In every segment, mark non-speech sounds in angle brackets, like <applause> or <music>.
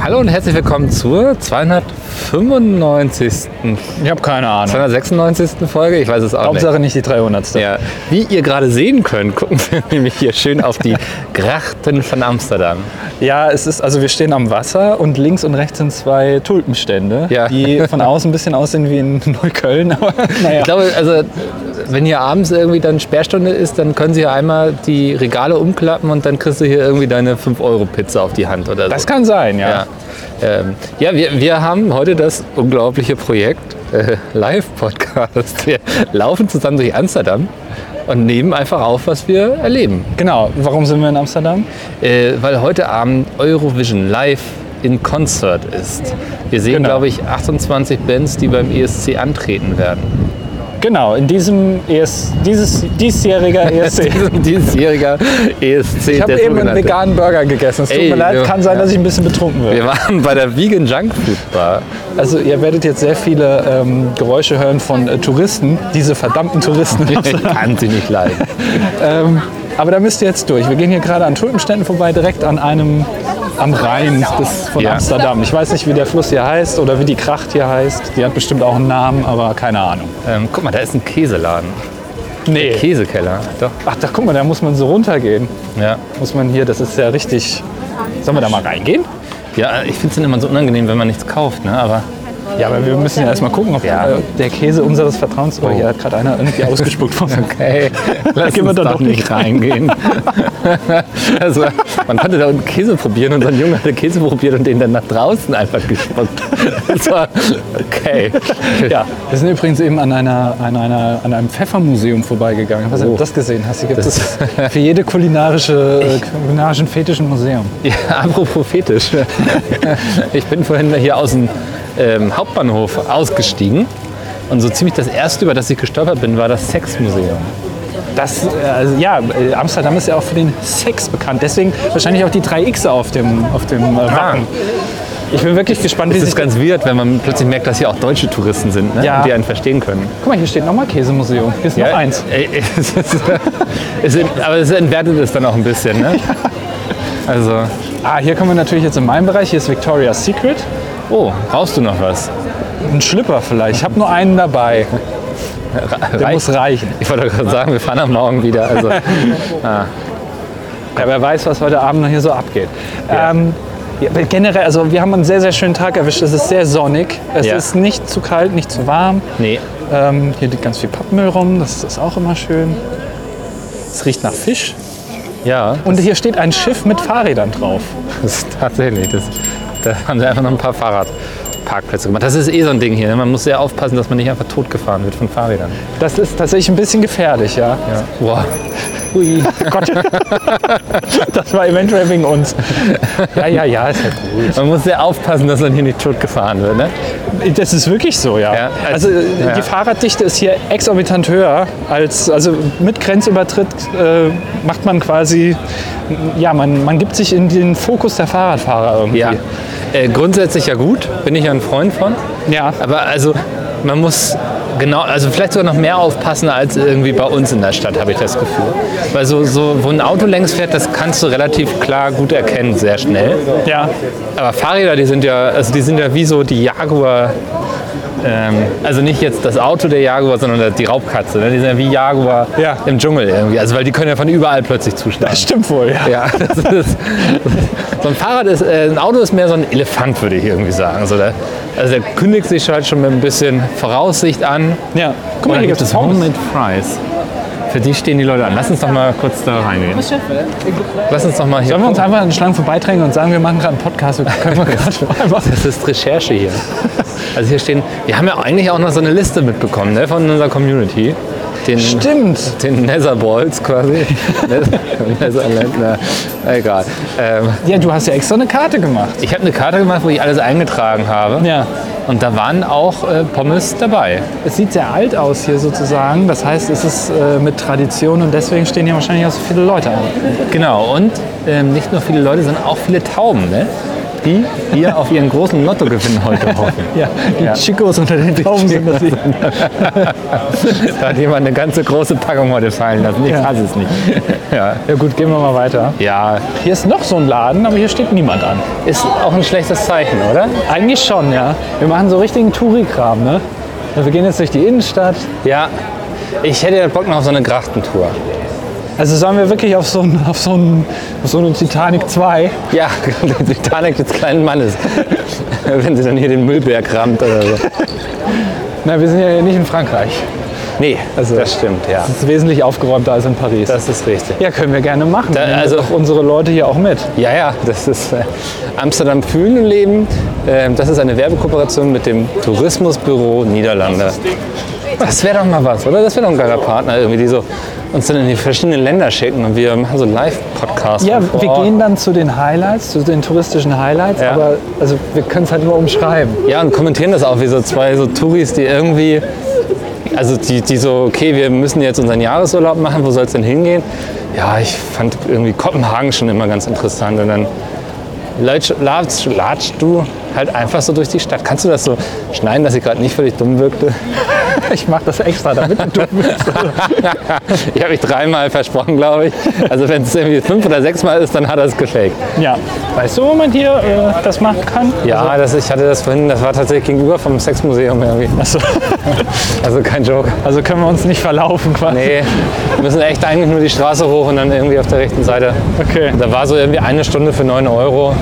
Hallo und herzlich willkommen zur 295. Ich habe keine Ahnung. 296. Folge. Ich weiß es auch Hauptsache nicht die 300. nicht. Ja. Wie ihr gerade sehen könnt, gucken wir <laughs> nämlich hier schön auf die Grachten von Amsterdam. Ja, es ist, also wir stehen am Wasser und links und rechts sind zwei Tulpenstände, Ja. die von außen ein bisschen aussehen wie in <laughs> Neukölln, <laughs> aber naja. Ich glaube, also wenn hier abends irgendwie dann Sperrstunde ist, dann können sie hier einmal die Regale umklappen und dann kriegst du hier irgendwie deine 5-Euro-Pizza auf die Hand oder so. das kann sein, ja. Ja, ähm, ja wir, wir haben heute das unglaubliche Projekt äh, Live-Podcast. Wir laufen zusammen durch Amsterdam und nehmen einfach auf, was wir erleben. Genau. Warum sind wir in Amsterdam? Äh, weil heute Abend Eurovision Live in Konzert ist. Wir sehen, Genau. glaube ich, 28 Bands, die beim ESC antreten <laughs> werden. Genau, in diesem ES, dieses <laughs> diesjähriger ESC. Diesen- Diesjähriger ESC. Ich habe der eben einen sogenannte. veganen Burger gegessen. Es tut Ey, mir leid, wir- kann sein, ja. dass ich ein bisschen betrunken werde. Wir waren bei der Vegan Junk Food Bar. Also ihr werdet jetzt sehr viele ähm, Geräusche hören von äh, Touristen, diese verdammten Touristen. in Ich Amsterdam. <laughs> kann sie nicht leiden. ähm, aber da müsst ihr jetzt durch. Wir gehen hier gerade an Tulpenständen vorbei, direkt an einem am Rhein des, von Ja. Amsterdam. Ich weiß nicht, wie der Fluss hier heißt oder wie die Kracht hier heißt. Die hat bestimmt auch einen Namen, aber keine Ahnung. Ähm, guck mal, da ist ein Käseladen. Nee. Käsekeller. Doch. Ach, da guck mal, da muss man so runtergehen. Ja. Muss man hier, das ist ja richtig. Sollen wir da mal reingehen? Ja, ich finde es immer so unangenehm, wenn man nichts kauft, ne? Aber Ja, aber wir müssen ja erstmal gucken, ob Ja. äh, der Käse unseres Vertrauens. Oh, hier hat gerade einer <laughs> irgendwie ausgespuckt von okay, lass gehen wir uns da doch, doch nicht <laughs> reingehen. also, man konnte da unten Käse probieren und so ein Junge hatte Käse probiert und den dann nach draußen einfach gespuckt. <laughs> Das war okay. Ja, wir sind übrigens eben an, einer, an, einer, an einem Pfeffermuseum vorbeigegangen. Hast du Oh. das gesehen? Hast du gibt es <laughs> für jede kulinarische, äh, kulinarischen fetischen Museum. Ja, <laughs> apropos fetisch. Ich bin vorhin hier aus dem ähm, Hauptbahnhof ausgestiegen. Und so ziemlich das erste, über das ich gestolpert bin, war das Sexmuseum. Das, äh, also, ja, äh, Amsterdam ist ja auch für den Sex bekannt. Deswegen wahrscheinlich auch die drei Xe auf dem, auf dem äh, Wappen. Ich bin wirklich gespannt, wie Es sich... ist ganz weird, wenn man plötzlich merkt, dass hier auch deutsche Touristen sind, ne? Ja. die einen verstehen können. Guck mal, hier steht nochmal Käsemuseum. Hier ist noch eins. Ey, <laughs> ey, es ist, es ist, aber es entwertet es dann auch ein bisschen, ne? Also, Ah, hier kommen wir natürlich jetzt in meinen Bereich. Hier ist Victoria's Secret. oh, brauchst du noch was? Ein Schlipper vielleicht. Ich habe nur einen <laughs> dabei. Der muss reichen. Ich wollte gerade sagen, wir fahren am Morgen wieder. <laughs> Also, Ja, wer weiß, was heute Abend noch hier so abgeht. Ähm, ja, aber generell, also wir haben einen sehr, sehr schönen Tag erwischt. Es ist sehr sonnig. Es Ja. ist nicht zu kalt, nicht zu warm. nee, Ähm, hier liegt ganz viel Pappmüll rum. Das ist auch immer schön. Es riecht nach Fisch. ja, Und hier steht ein Schiff mit Fahrrädern drauf. das ist tatsächlich. Das, da haben sie einfach noch ein paar Fahrradparkplätze gemacht. Das ist eh so ein Ding hier. Ne? Man muss sehr aufpassen, dass man nicht einfach totgefahren wird von Fahrrädern. Das ist tatsächlich ein bisschen gefährlich, ja. Ja. Boah. <laughs> Ui. Gott. das war eventuell wegen uns. Ja, ja, ja, ist ja gut. Man muss sehr aufpassen, dass man hier nicht totgefahren wird. Ne? Das ist wirklich so, ja. Ja, also als- äh, ja. die Fahrraddichte ist hier exorbitant höher als, also mit Grenzübertritt äh, macht man quasi, ja, man, man gibt sich in den Fokus der Fahrradfahrer irgendwie. Ja. Äh, grundsätzlich ja gut, bin ich ja ein Freund von. Ja. Aber also, man muss genau, also vielleicht sogar noch mehr aufpassen als irgendwie bei uns in der Stadt, habe ich das Gefühl. Weil so, so, wo ein Auto längs fährt, das kannst du relativ klar gut erkennen, sehr schnell. ja. Aber Fahrräder, die sind ja, also die sind ja wie so die Jaguar. Ähm, also nicht jetzt das Auto der Jaguar, sondern die Raubkatze. Ne? Die sind ja wie Jaguar Ja. im Dschungel irgendwie. Also weil die können ja von überall plötzlich zuschlagen. Das stimmt wohl, ja. Ja, <laughs> das ist, so ein Fahrrad ist, äh, ein Auto ist mehr so ein Elefant, würde ich irgendwie sagen. Also der, also der kündigt sich halt schon mit ein bisschen Voraussicht an. ja. Guck mal, Oder hier gibt gibt es es Pommes. Homemade Fries. Für die stehen die Leute an. Lass uns doch mal kurz da reingehen. Lass uns doch mal hier. Sollen wir uns einfach an den Schlangen vorbeidrängen und sagen, wir machen gerade einen Podcast, wir <laughs> können wir gerade einfach... Das ist Recherche hier. <laughs> Also hier stehen, wir haben ja eigentlich auch noch so eine Liste mitbekommen ne, von unserer Community. Den, Stimmt. den Netherballs quasi. <laughs> Netherland, na, egal. Ähm, Ja, du hast ja extra eine Karte gemacht. ich habe eine Karte gemacht, wo ich alles eingetragen habe. Ja. Und da waren auch äh, Pommes dabei. Es sieht sehr alt aus hier sozusagen. Das heißt, es ist äh, mit Tradition und deswegen stehen hier wahrscheinlich auch so viele Leute an. Genau, und ähm, nicht nur viele Leute, sondern auch viele Tauben. Ne? die hier auf ihren großen Lottogewinn <laughs> heute hoffen. Ja, die Ja. Chicos unter <laughs> den Tauben sind das. eben. Da hat jemand eine ganze große Packung heute fallen lassen. Ich Ja. fasse es nicht. Ja. Ja gut, gehen wir mal weiter. ja, Hier ist noch so ein Laden, aber hier steht niemand an. ist auch ein schlechtes Zeichen, oder? Eigentlich schon, ja. Wir machen so richtigen Touri-Kram, ne? Ja, Wir gehen jetzt durch die Innenstadt. Ja. Ich hätte ja Bock noch auf so eine Grachtentour. Also sollen wir wirklich auf so einen, auf so einen, auf so einen Titanic 2? Ja, <laughs> die Titanic des kleinen Mannes. <laughs> Wenn sie dann hier den Müllberg rammt oder so. Na, wir sind ja nicht in Frankreich. Nee, Also- das stimmt, ja. Das ist wesentlich aufgeräumter als in Paris. Das ist richtig. ja, können wir gerne machen. Da- Dann nehmen also- wir doch unsere Leute hier auch mit. Ja, ja, das ist äh, Amsterdam Fühlen und Leben. Ähm, das ist eine Werbekooperation mit dem Tourismusbüro Niederlande. Das wäre doch mal was, oder? Das wäre doch ein geiler Partner, irgendwie, die so uns dann in die verschiedenen Länder schicken und wir machen so Live-Podcasts. Ja, von vor wir Ort. gehen dann zu den Highlights, zu den touristischen Highlights, Ja. aber also, wir können es halt nur umschreiben. Ja, und kommentieren das auch wie so zwei so Touris, die irgendwie, also die, die so, okay, wir müssen jetzt unseren Jahresurlaub machen, wo soll es denn hingehen? Ja, ich fand irgendwie Kopenhagen schon immer ganz interessant und dann latsch, latsch, latschst du halt einfach so durch die Stadt. Kannst du das so schneiden, dass ich gerade nicht völlig dumm wirkte? <laughs> Ich mache das extra, damit du ich habe mich dreimal versprochen, glaube ich. Also wenn es irgendwie fünf oder sechsmal ist, dann hat er es gefaked. Ja. Weißt du, wo man hier äh, das machen kann? Ja, das, ich hatte das vorhin, das war tatsächlich gegenüber vom Sexmuseum irgendwie. Also, Also kein Joke. also können wir uns nicht verlaufen quasi. Nee, wir müssen echt eigentlich nur die Straße hoch und dann irgendwie auf der rechten Seite. Okay. Da war so irgendwie eine Stunde für 9 Euro.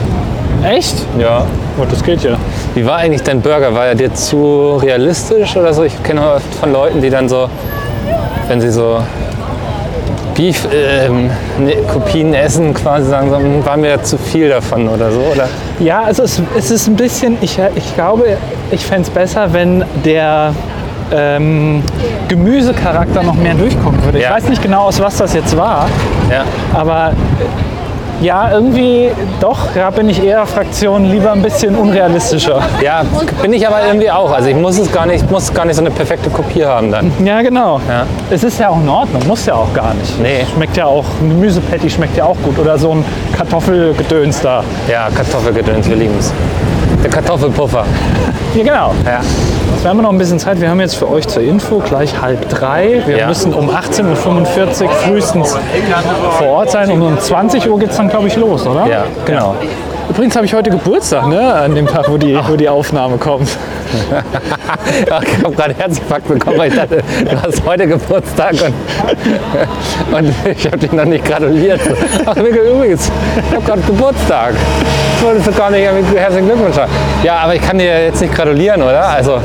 Echt? Ja. Gut, das geht ja. Wie war eigentlich dein Burger? War er dir zu realistisch oder so? Ich kenne oft von Leuten, die dann so, wenn sie so Beef ähm, ne, Kopien essen, quasi sagen so, "Hm, war mir zu viel davon oder so, oder? Ja, also es, es ist ein bisschen, ich, ich glaube, ich fände es besser, wenn der ähm, Gemüsecharakter noch mehr durchkommen würde. Ja. Ich weiß nicht genau, aus was das jetzt war, Ja. aber äh, ja, irgendwie doch, da bin ich eher Fraktion lieber ein bisschen unrealistischer. Ja, bin ich aber irgendwie auch. Also ich muss es gar nicht, muss gar nicht so eine perfekte Kopie haben dann. Ja, genau. Ja. Es ist ja auch in Ordnung, muss ja auch gar nicht. Nee. Schmeckt ja auch, ein Gemüsepatty schmeckt ja auch gut oder so ein Kartoffelgedöns da. Ja, Kartoffelgedöns, wir lieben es. Der Kartoffelpuffer. Ja, genau. Ja. Wir haben noch ein bisschen Zeit. Wir haben jetzt für euch zur Info gleich halb drei. Wir Ja. müssen um 18.45 Uhr frühestens vor Ort sein und um 20 Uhr geht es dann, glaube ich, los, oder? Ja, genau. Übrigens habe ich heute Geburtstag, ne? an dem Tag, wo die, wo die Aufnahme kommt. Ja, Ich habe gerade Herzinfarkt bekommen, weil ich dachte, du hast heute Geburtstag und, und ich habe dich noch nicht gratuliert. Ach, Mikkel, übrigens, ich habe gerade Geburtstag. Das wolltest du gar nicht irgendwie herzlichen Glückwunsch sagen. Ja, aber ich kann dir jetzt nicht gratulieren, oder? Also,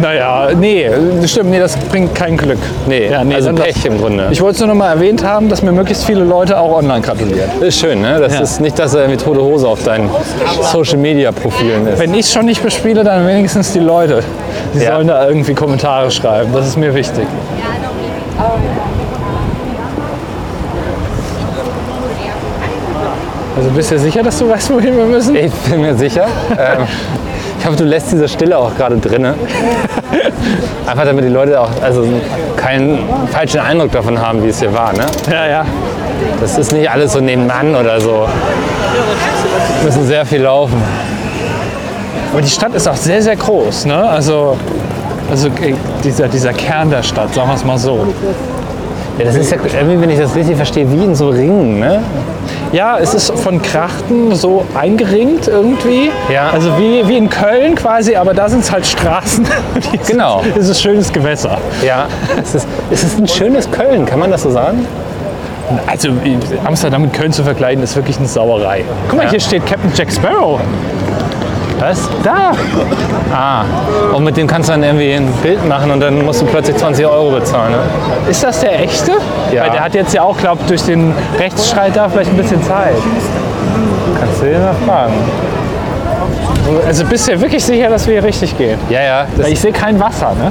Naja, nee, stimmt, nee, das bringt kein Glück. nee, Ja, nee, also dann Pech im Grunde. Ich wollte es nur noch mal erwähnt haben, dass mir möglichst viele Leute auch online gratulieren. ist schön, ne? Das Ja. ist nicht, dass er mit tote Hose auf deinen Social-Media-Profilen ist. Wenn ich es schon nicht bespiele, dann wenigstens die Leute. Die Ja. sollen da irgendwie Kommentare schreiben. Das ist mir wichtig. Also bist du sicher, dass du weißt, wohin wir müssen? Ich bin mir sicher. Ähm, ich hoffe, du lässt diese Stille auch gerade drinne. Einfach damit die Leute auch also keinen falschen Eindruck davon haben, wie es hier war. Ne? Ja, ja. Das ist nicht alles so nebenan oder so. Wir müssen sehr viel laufen. Aber die Stadt ist auch sehr, sehr groß. Ne? Also, also äh, dieser, dieser Kern der Stadt, sagen wir es mal so. Ja, das ist ja irgendwie, wenn ich das richtig verstehe, wie in so Ringen. Ne? Ja, es ist von Krachten so eingeringt irgendwie. Ja. Also wie, wie in Köln quasi, aber da sind es halt Straßen. <laughs> Genau. Es ist schönes Gewässer. Ja, es ist, es ist ein schönes Köln, kann man das so sagen? Also Amsterdam mit Köln zu vergleichen, ist wirklich eine Sauerei. Guck mal, Ja. hier steht Captain Jack Sparrow. Was? Da! Ah, und mit dem kannst du dann irgendwie ein Bild machen und dann musst du plötzlich 20 Euro bezahlen. Ne? Ist das der echte? Ja. Weil der hat jetzt ja auch, glaube ich, durch den Rechtsstreit da vielleicht ein bisschen Zeit. Kannst du den mal fragen? Also bist du ja wirklich sicher, dass wir hier richtig gehen? Ja, ja, das, Weil ich sehe kein Wasser, ne?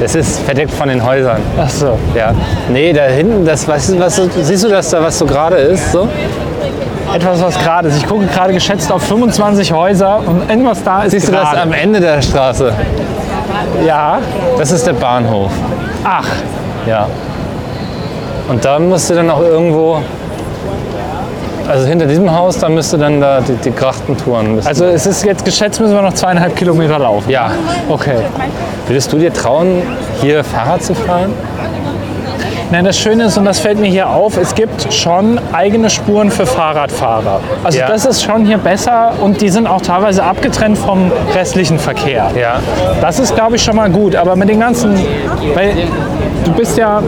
das ist verdeckt von den Häusern. Ach so. Ja, nee, da hinten, das, weißt du, was, siehst du, dass da was so gerade ist? So? Etwas, was gerade ist. Ich gucke gerade geschätzt auf 25 Häuser und irgendwas da ist Siehst du das gerade. am Ende der Straße? Ja. Das ist der Bahnhof. Ach, Ja. Und da musst du dann auch irgendwo Also hinter diesem Haus, da müsste dann da die, die Grachtentouren. müssen- Also es ist jetzt geschätzt, müssen wir noch zweieinhalb Kilometer laufen. ja. Okay. Würdest du dir trauen, hier Fahrrad zu fahren? Nein, das Schöne ist, und das fällt mir hier auf, es gibt schon eigene Spuren für Fahrradfahrer. Also Ja. das ist schon hier besser und die sind auch teilweise abgetrennt vom restlichen Verkehr. Ja. Das ist, glaube ich, schon mal gut. Aber mit den ganzen, weil du bist ja,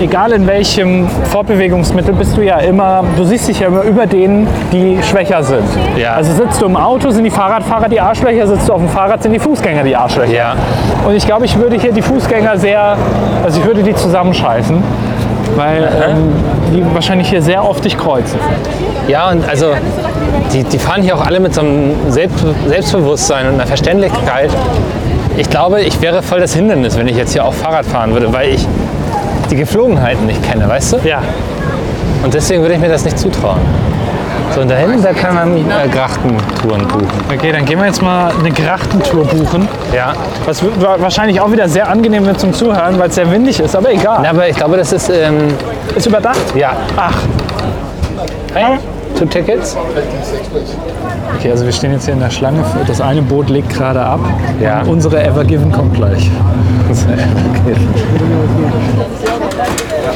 egal in welchem Fortbewegungsmittel, bist du ja immer, du siehst dich ja immer über denen, die schwächer sind. Ja. Also sitzt du im Auto, sind die Fahrradfahrer die Arschlöcher, sitzt du auf dem Fahrrad, sind die Fußgänger die Arschlöcher. Ja. Und ich glaube, ich würde hier die Fußgänger sehr, also ich würde die zusammenscheißen, weil ähm, die wahrscheinlich hier sehr oft dich kreuzen. Ja, und also die, die fahren hier auch alle mit so einem Selbst, Selbstbewusstsein und einer Verständlichkeit. Ich glaube, ich wäre voll das Hindernis, wenn ich jetzt hier auch Fahrrad fahren würde, weil ich die Geflogenheiten nicht kenne, weißt du? Ja. Und deswegen würde ich mir das nicht zutrauen. So, und da hinten, da kann man äh, Grachtentouren buchen. Okay, dann gehen wir jetzt mal eine Grachtentour buchen. Ja. Was wird wa- wahrscheinlich auch wieder sehr angenehm wird zum Zuhören, weil es sehr windig ist, aber egal. Na, aber ich glaube, das ist, ähm, Ist überdacht? ja. Ach. Hey, two tickets? Okay, also wir stehen jetzt hier in der Schlange. Das eine Boot legt gerade ab. Ja. Und unsere Ever Given kommt gleich.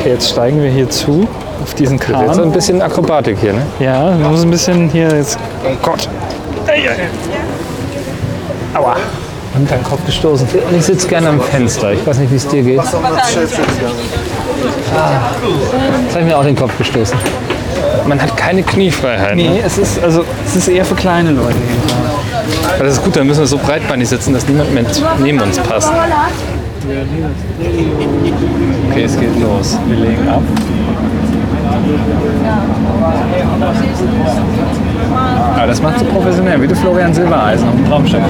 Okay, jetzt steigen wir hier zu auf diesen Kahn. Jetzt so ein bisschen Akrobatik hier, ne? Ja, man muss ein bisschen hier jetzt. Oh Gott. Aua. Und deinen Kopf gestoßen. Und ich sitze gerne am Fenster. Ich weiß nicht, wie es dir geht. Ah, jetzt habe ich mir auch den Kopf gestoßen. Man hat keine Kniefreiheit. Ne? Nee, es ist, also, es ist eher für kleine Leute. Aber das ist gut, dann müssen wir so breitbeinig sitzen, dass niemand mehr neben uns passt. Okay, es geht los. Wir legen ab. Aber Ah, das macht so professionell, wie du Florian Silbereisen auf dem Traumschiff.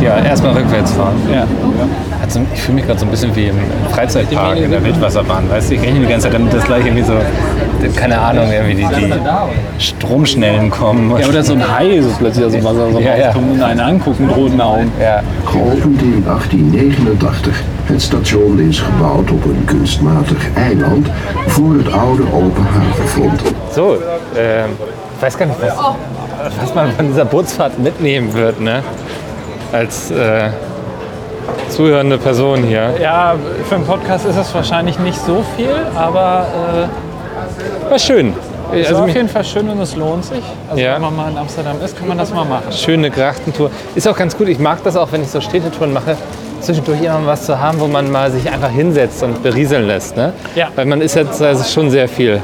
Ja, erstmal rückwärts fahren. Ja. Also, ich fühle mich gerade so ein bisschen wie im Freizeitpark in der Wildwasserbahn. Weißt du, ich rechne die ganze Zeit damit, dass gleich irgendwie so, keine Ahnung, irgendwie die, die Stromschnellen kommen. Ja, oder <laughs> so ein Hai so plötzlich also, aus dem Wasser so Ja, ja. rauskommt und einen anguckt mit roten Augen. Ja. Geopend in 1889. Het station is gebouwd op een kunstmatig eiland voor het oude open havenfront. So, ähm, ich weiß gar nicht, was, was man von dieser Bootsfahrt mitnehmen wird, ne? Als äh, zuhörende Person hier. Ja, für einen Podcast ist das wahrscheinlich nicht so viel, aber War schön. äh, es Also war auf mich, jeden Fall schön und es lohnt sich. Also Ja. wenn man mal in Amsterdam ist, kann man das mal machen. schöne Grachtentour. Ist auch ganz gut. Ich mag das auch, wenn ich so Städtetouren mache, zwischendurch immer mal was zu haben, wo man mal sich einfach hinsetzt und berieseln lässt, ne? Ja. Weil man ist jetzt also schon sehr viel,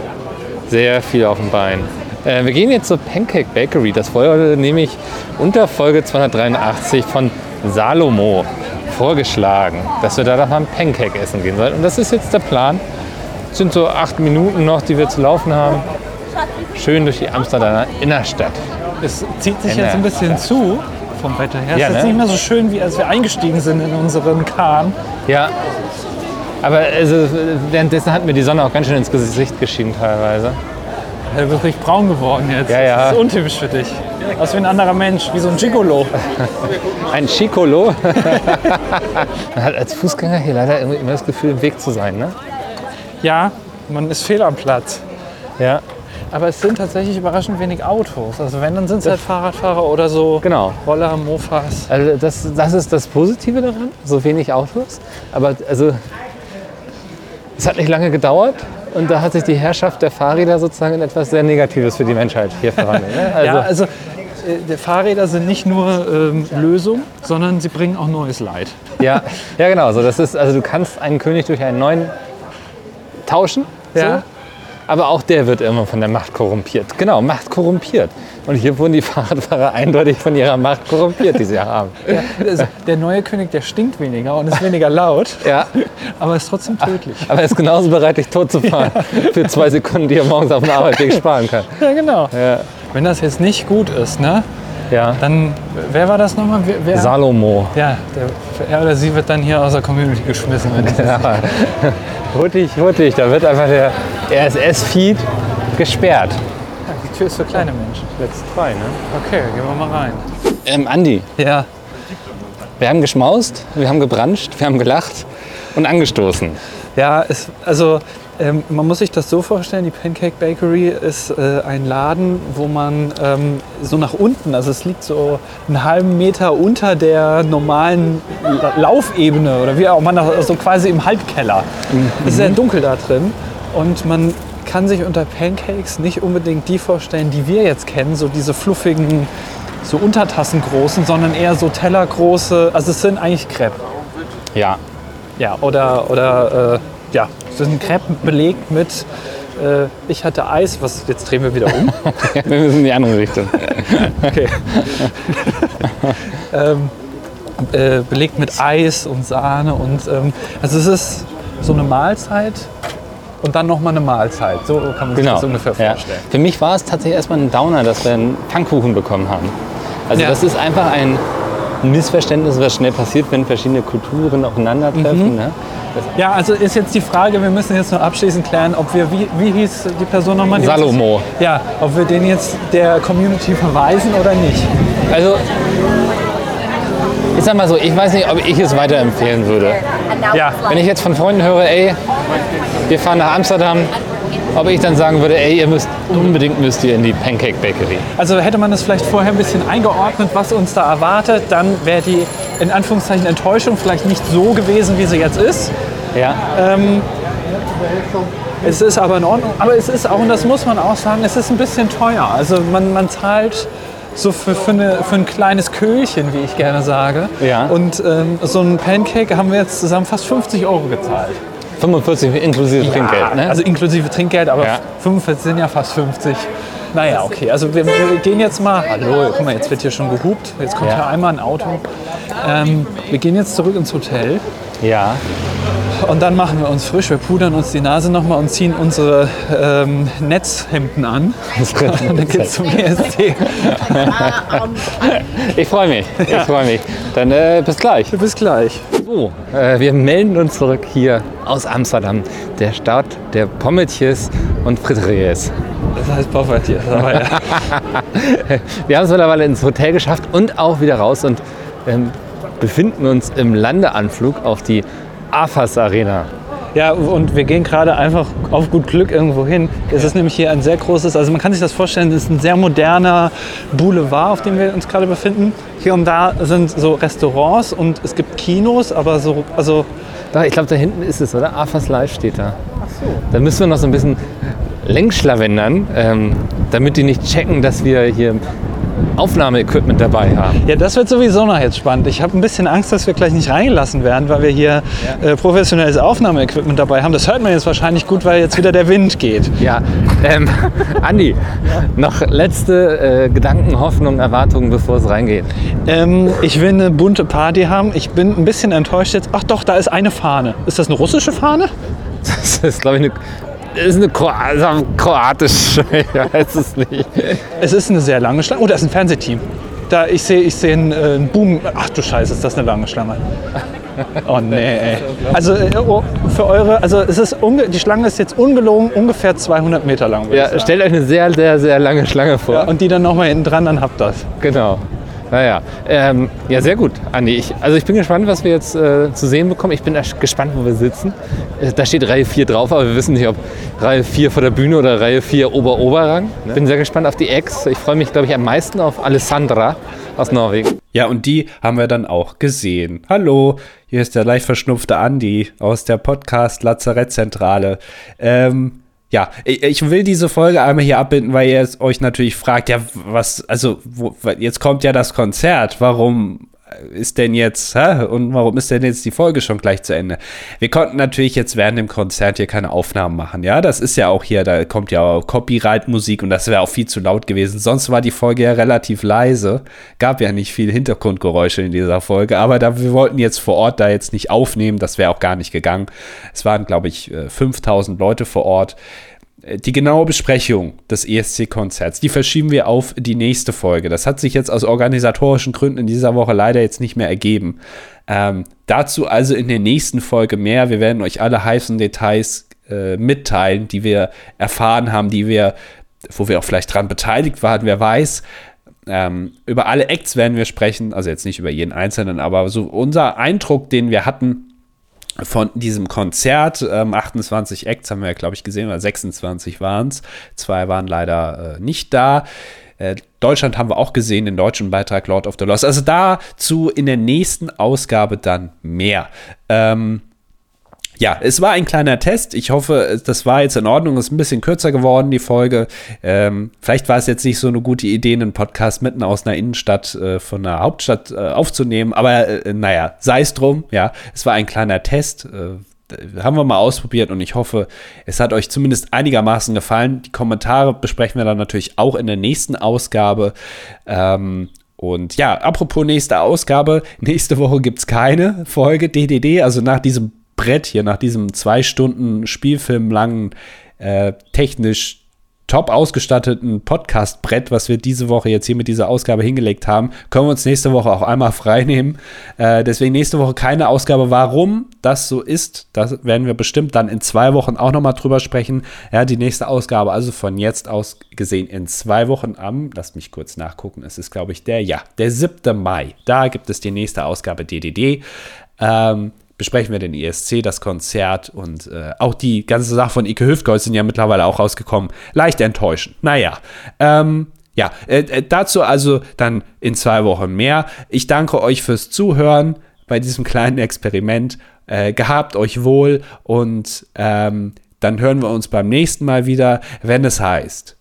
sehr viel auf dem Bein. Äh, wir gehen jetzt zur Pancake Bakery. Das wurde nämlich unter Folge 283 von Salomo vorgeschlagen, dass wir da doch mal ein Pancake essen gehen sollten. Und das ist jetzt der Plan. Es sind so acht Minuten noch, die wir zu laufen haben. Schön durch die Amsterdamer Innerstadt. Es zieht sich Ja, jetzt ein bisschen zu vom Wetter her. Es Ja, ist ne? jetzt nicht mehr so schön, wie als wir eingestiegen sind in unseren Kahn. Ja. Aber also, währenddessen hat mir die Sonne auch ganz schön ins Gesicht geschienen teilweise. Du bist richtig braun geworden jetzt. Ja, ja. Das ist untypisch für dich. Aus wie ein anderer Mensch, wie so ein Gigolo. Ein Chicolo. <laughs> Man hat als Fußgänger hier leider irgendwie immer das Gefühl, im Weg zu sein, ne? Ja, man ist fehl am Platz. Ja, Aber es sind tatsächlich überraschend wenig Autos. Also wenn, dann sind es halt Fahrradfahrer oder so genau. Roller, Mofas. Also das, das ist das Positive daran, so wenig Autos. Aber also, es hat nicht lange gedauert und da hat sich die Herrschaft der Fahrräder sozusagen in etwas sehr Negatives für die Menschheit hier verwandelt. Ne? Also, ja, also äh, die Fahrräder sind nicht nur ähm, Lösung, sondern sie bringen auch neues Leid. Ja, ja genau. So, das ist, also du kannst einen König durch einen neuen tauschen. So. Ja. Aber auch der wird immer von der Macht korrumpiert. Genau, Macht korrumpiert. Und hier wurden die <laughs> Fahrradfahrer eindeutig von ihrer Macht korrumpiert, die sie haben. Also, der neue König, der stinkt weniger und ist weniger laut, Ja, aber ist trotzdem tödlich. aber er ist genauso bereit, dich totzufahren für zwei Sekunden, die er morgens auf dem Arbeitsweg sparen kann. Ja, genau. Wenn das jetzt nicht gut ist, ne, Ja. dann, wer war das nochmal? Wer, wer? Salomo. Ja, der, er oder sie wird dann hier aus der Community geschmissen. Wenn das ist. Hurtig, hurtig. Da wird einfach der RSS-Feed gesperrt. Die Tür ist für kleine Menschen. Let's try, ne? Okay, gehen wir mal rein. Ähm, Andi, Ja, Wir haben geschmaust, wir haben gebranscht, wir haben gelacht und angestoßen. ja, es, also Ähm, man muss sich das so vorstellen, die Pancake Bakery ist äh, ein Laden, wo man ähm, so nach unten, also es liegt so einen halben Meter unter der normalen La- Laufebene oder wie auch man das, also quasi im Halbkeller. Es ist sehr dunkel da drin und man kann sich unter Pancakes nicht unbedingt die vorstellen, die wir jetzt kennen, so diese fluffigen, so untertassengroßen, sondern eher so tellergroße, also es sind eigentlich Crepe. Ja, Ja, oder, oder äh, ja, es sind Crepen belegt mit, äh, ich hatte Eis, was, jetzt drehen wir wieder <laughs> um. wir müssen in die andere Richtung. Okay. ähm, äh, belegt mit Eis und Sahne und, ähm, also es ist so eine Mahlzeit und dann nochmal eine Mahlzeit. So kann man sich das ungefähr Genau. ja. vorstellen. Für mich war es tatsächlich erstmal ein Downer, dass wir einen Pfannkuchen bekommen haben. Also Ja. das ist einfach ein Missverständnis, was schnell passiert, wenn verschiedene Kulturen Mhm. aufeinandertreffen. Ne? Ja, also ist jetzt die Frage, wir müssen jetzt nur abschließend klären, ob wir, wie, wie hieß die Person nochmal? die- Salomo. Ja, ob wir den jetzt der Community verweisen oder nicht. Also ich sag mal so, ich weiß nicht, ob ich es weiterempfehlen würde. Ja, Wenn ich jetzt von Freunden höre, ey, wir fahren nach Amsterdam, ob ich dann sagen würde, ey, ihr müsst unbedingt müsst ihr in die Pancake Bakery. Also hätte man das vielleicht vorher ein bisschen eingeordnet, was uns da erwartet, dann wäre die in Anführungszeichen Enttäuschung vielleicht nicht so gewesen, wie sie jetzt ist. Äh. Ja, Es ist aber in Ordnung. Aber es ist auch, und das muss man auch sagen, es ist ein bisschen teuer. Also man, man zahlt so für, für, eine, für ein kleines Köhlchen, wie ich gerne sage. Ja. Und ähm, so ein Pancake haben wir jetzt zusammen fast 50 Euro gezahlt. 45 inklusive Trinkgeld. Ne? Also inklusive Trinkgeld, aber Ja. 45 sind ja fast 50. Naja, okay, also wir, wir gehen jetzt mal. Hallo, guck mal, jetzt wird hier schon gehupt. Jetzt kommt Ja. hier einmal ein Auto. Ähm, wir gehen jetzt zurück ins Hotel ja. <laughs> und dann machen wir uns frisch. Wir pudern uns die Nase nochmal und ziehen unsere ähm, Netzhemden an. <laughs> Und dann geht's zum E ESC. Ich freue mich. Ich freue mich. Dann äh, bis gleich. Bis gleich. So, äh, wir melden uns zurück hier aus Amsterdam, der Stadt der Pommetjes und Frittrees. Das heißt Poffertier. Aber ja. Wir haben es mittlerweile ins Hotel geschafft und auch wieder raus und ähm, befinden uns im Landeanflug auf die AFAS Arena. Ja, und wir gehen gerade einfach auf gut Glück irgendwo hin. Es ist nämlich hier ein sehr großes, also man kann sich das vorstellen, es ist ein sehr moderner Boulevard, auf dem wir uns gerade befinden. Hier und da sind so Restaurants und es gibt Kinos, aber so, also Da, ich glaube, da hinten ist es, oder? AFAS Live steht da. Ach so. Da müssen wir noch so ein bisschen längsschlawendern, ähm, damit die nicht checken, dass wir hier Aufnahmeequipment dabei haben. ja, das wird sowieso noch jetzt spannend. Ich habe ein bisschen Angst, dass wir gleich nicht reingelassen werden, weil wir hier äh, professionelles Aufnahmeequipment dabei haben. Das hört man jetzt wahrscheinlich gut, weil jetzt wieder der Wind geht. Ja, ähm, <laughs> Andi, noch letzte äh, Gedanken, Hoffnungen, Erwartungen, bevor es reingeht. <laughs> Ähm, ich will eine bunte Party haben. Ich bin ein bisschen enttäuscht jetzt. Ach doch, da ist eine Fahne. Ist das eine russische Fahne? Das ist, glaube ich, eine, das ist eine Kro also <laughs> kroatische, ich weiß es nicht. Es ist eine sehr lange Schlange. Oh, da ist ein Fernsehteam. Da, ich sehe ich sehe einen, äh, einen Boom. Ach du Scheiße, ist das eine lange Schlange. Oh nee, ey. Also äh, oh, für eure, also es ist unge die Schlange ist jetzt ungelogen ungefähr 200 Meter lang. würde ich Ja, sagen. stellt euch eine sehr, sehr, sehr lange Schlange vor. Ja, und die dann nochmal hinten dran, dann habt das. Genau. Naja, ähm, ja, sehr gut, Andi. Ich, also ich bin gespannt, was wir jetzt äh, zu sehen bekommen. Ich bin erst gespannt, wo wir sitzen. Äh, da steht Reihe 4 drauf, aber wir wissen nicht, ob Reihe 4 vor der Bühne oder Reihe 4 Ober-Oberrang. Bin sehr gespannt auf die Ex. Ich freue mich, glaube ich, am meisten auf Alessandra aus Norwegen. Ja, und die haben wir dann auch gesehen. Hallo, hier ist der leicht verschnupfte Andi aus der Podcast Lazarettzentrale. Ähm, ja, ich, ich will diese Folge einmal hier abbinden, weil ihr es euch natürlich fragt, ja, was, also, wo, jetzt kommt ja das Konzert, warum ist denn jetzt, hä? und warum ist denn jetzt die Folge schon gleich zu Ende? Wir konnten natürlich jetzt während dem Konzert hier keine Aufnahmen machen, ja, das ist ja auch hier, da kommt ja auch Copyright-Musik und das wäre auch viel zu laut gewesen, sonst war die Folge ja relativ leise, gab ja nicht viel Hintergrundgeräusche in dieser Folge, aber da wir wollten jetzt vor Ort da jetzt nicht aufnehmen, das wäre auch gar nicht gegangen. Es waren, glaube ich, äh, 5000 Leute vor Ort, Äh, die genaue Besprechung des ESC-Konzerts, die verschieben wir auf die nächste Folge. Das hat sich jetzt aus organisatorischen Gründen in dieser Woche leider jetzt nicht mehr ergeben. Ähm, dazu also in der nächsten Folge mehr. Wir werden euch alle heißen Details äh, mitteilen, die wir erfahren haben, die wir, wo wir auch vielleicht dran beteiligt waren, wer weiß. Ähm, über alle Acts werden wir sprechen, also jetzt nicht über jeden einzelnen, aber so unser Eindruck, den wir hatten, von diesem Konzert. Ähm, 28 Acts haben wir, glaube ich, gesehen, oder 26 waren es. Zwei waren leider äh, nicht da. Äh, Deutschland haben wir auch gesehen, den deutschen Beitrag Lord of the Lost. Also dazu in der nächsten Ausgabe dann mehr. Ähm, ja, es war ein kleiner Test. Ich hoffe, das war jetzt in Ordnung. Ist ein bisschen kürzer geworden, die Folge. Ähm, vielleicht war es jetzt nicht so eine gute Idee, einen Podcast mitten aus einer Innenstadt äh, von einer Hauptstadt äh, aufzunehmen. Aber äh, naja, sei es drum. Ja, es war ein kleiner Test. Äh, haben wir mal ausprobiert und ich hoffe, es hat euch zumindest einigermaßen gefallen. Die Kommentare besprechen wir dann natürlich auch in der nächsten Ausgabe. Ähm, und ja, apropos nächste Ausgabe, nächste Woche gibt es keine Folge DDD, also nach diesem Brett hier, nach diesem zwei Stunden Spielfilm langen, äh, technisch top ausgestatteten Podcast-Brett, was wir diese Woche jetzt hier mit dieser Ausgabe hingelegt haben, können wir uns nächste Woche auch einmal freinehmen. Äh, deswegen nächste Woche keine Ausgabe. Warum das so ist, das werden wir bestimmt dann in zwei Wochen auch nochmal drüber sprechen. Ja, die nächste Ausgabe, also von jetzt aus gesehen in zwei Wochen am, lasst mich kurz nachgucken, es ist glaube ich der, ja, der 7. Mai. Da gibt es die nächste Ausgabe DDD. Ähm, besprechen wir den ESC, das Konzert und äh, auch die ganze Sache von Ike Hüftgold sind ja mittlerweile auch rausgekommen. Leicht enttäuschend. Naja, ähm, ja, äh, äh, dazu also dann in zwei Wochen mehr. Ich danke euch fürs Zuhören bei diesem kleinen Experiment. Äh, gehabt euch wohl und ähm, dann hören wir uns beim nächsten Mal wieder, wenn es heißt.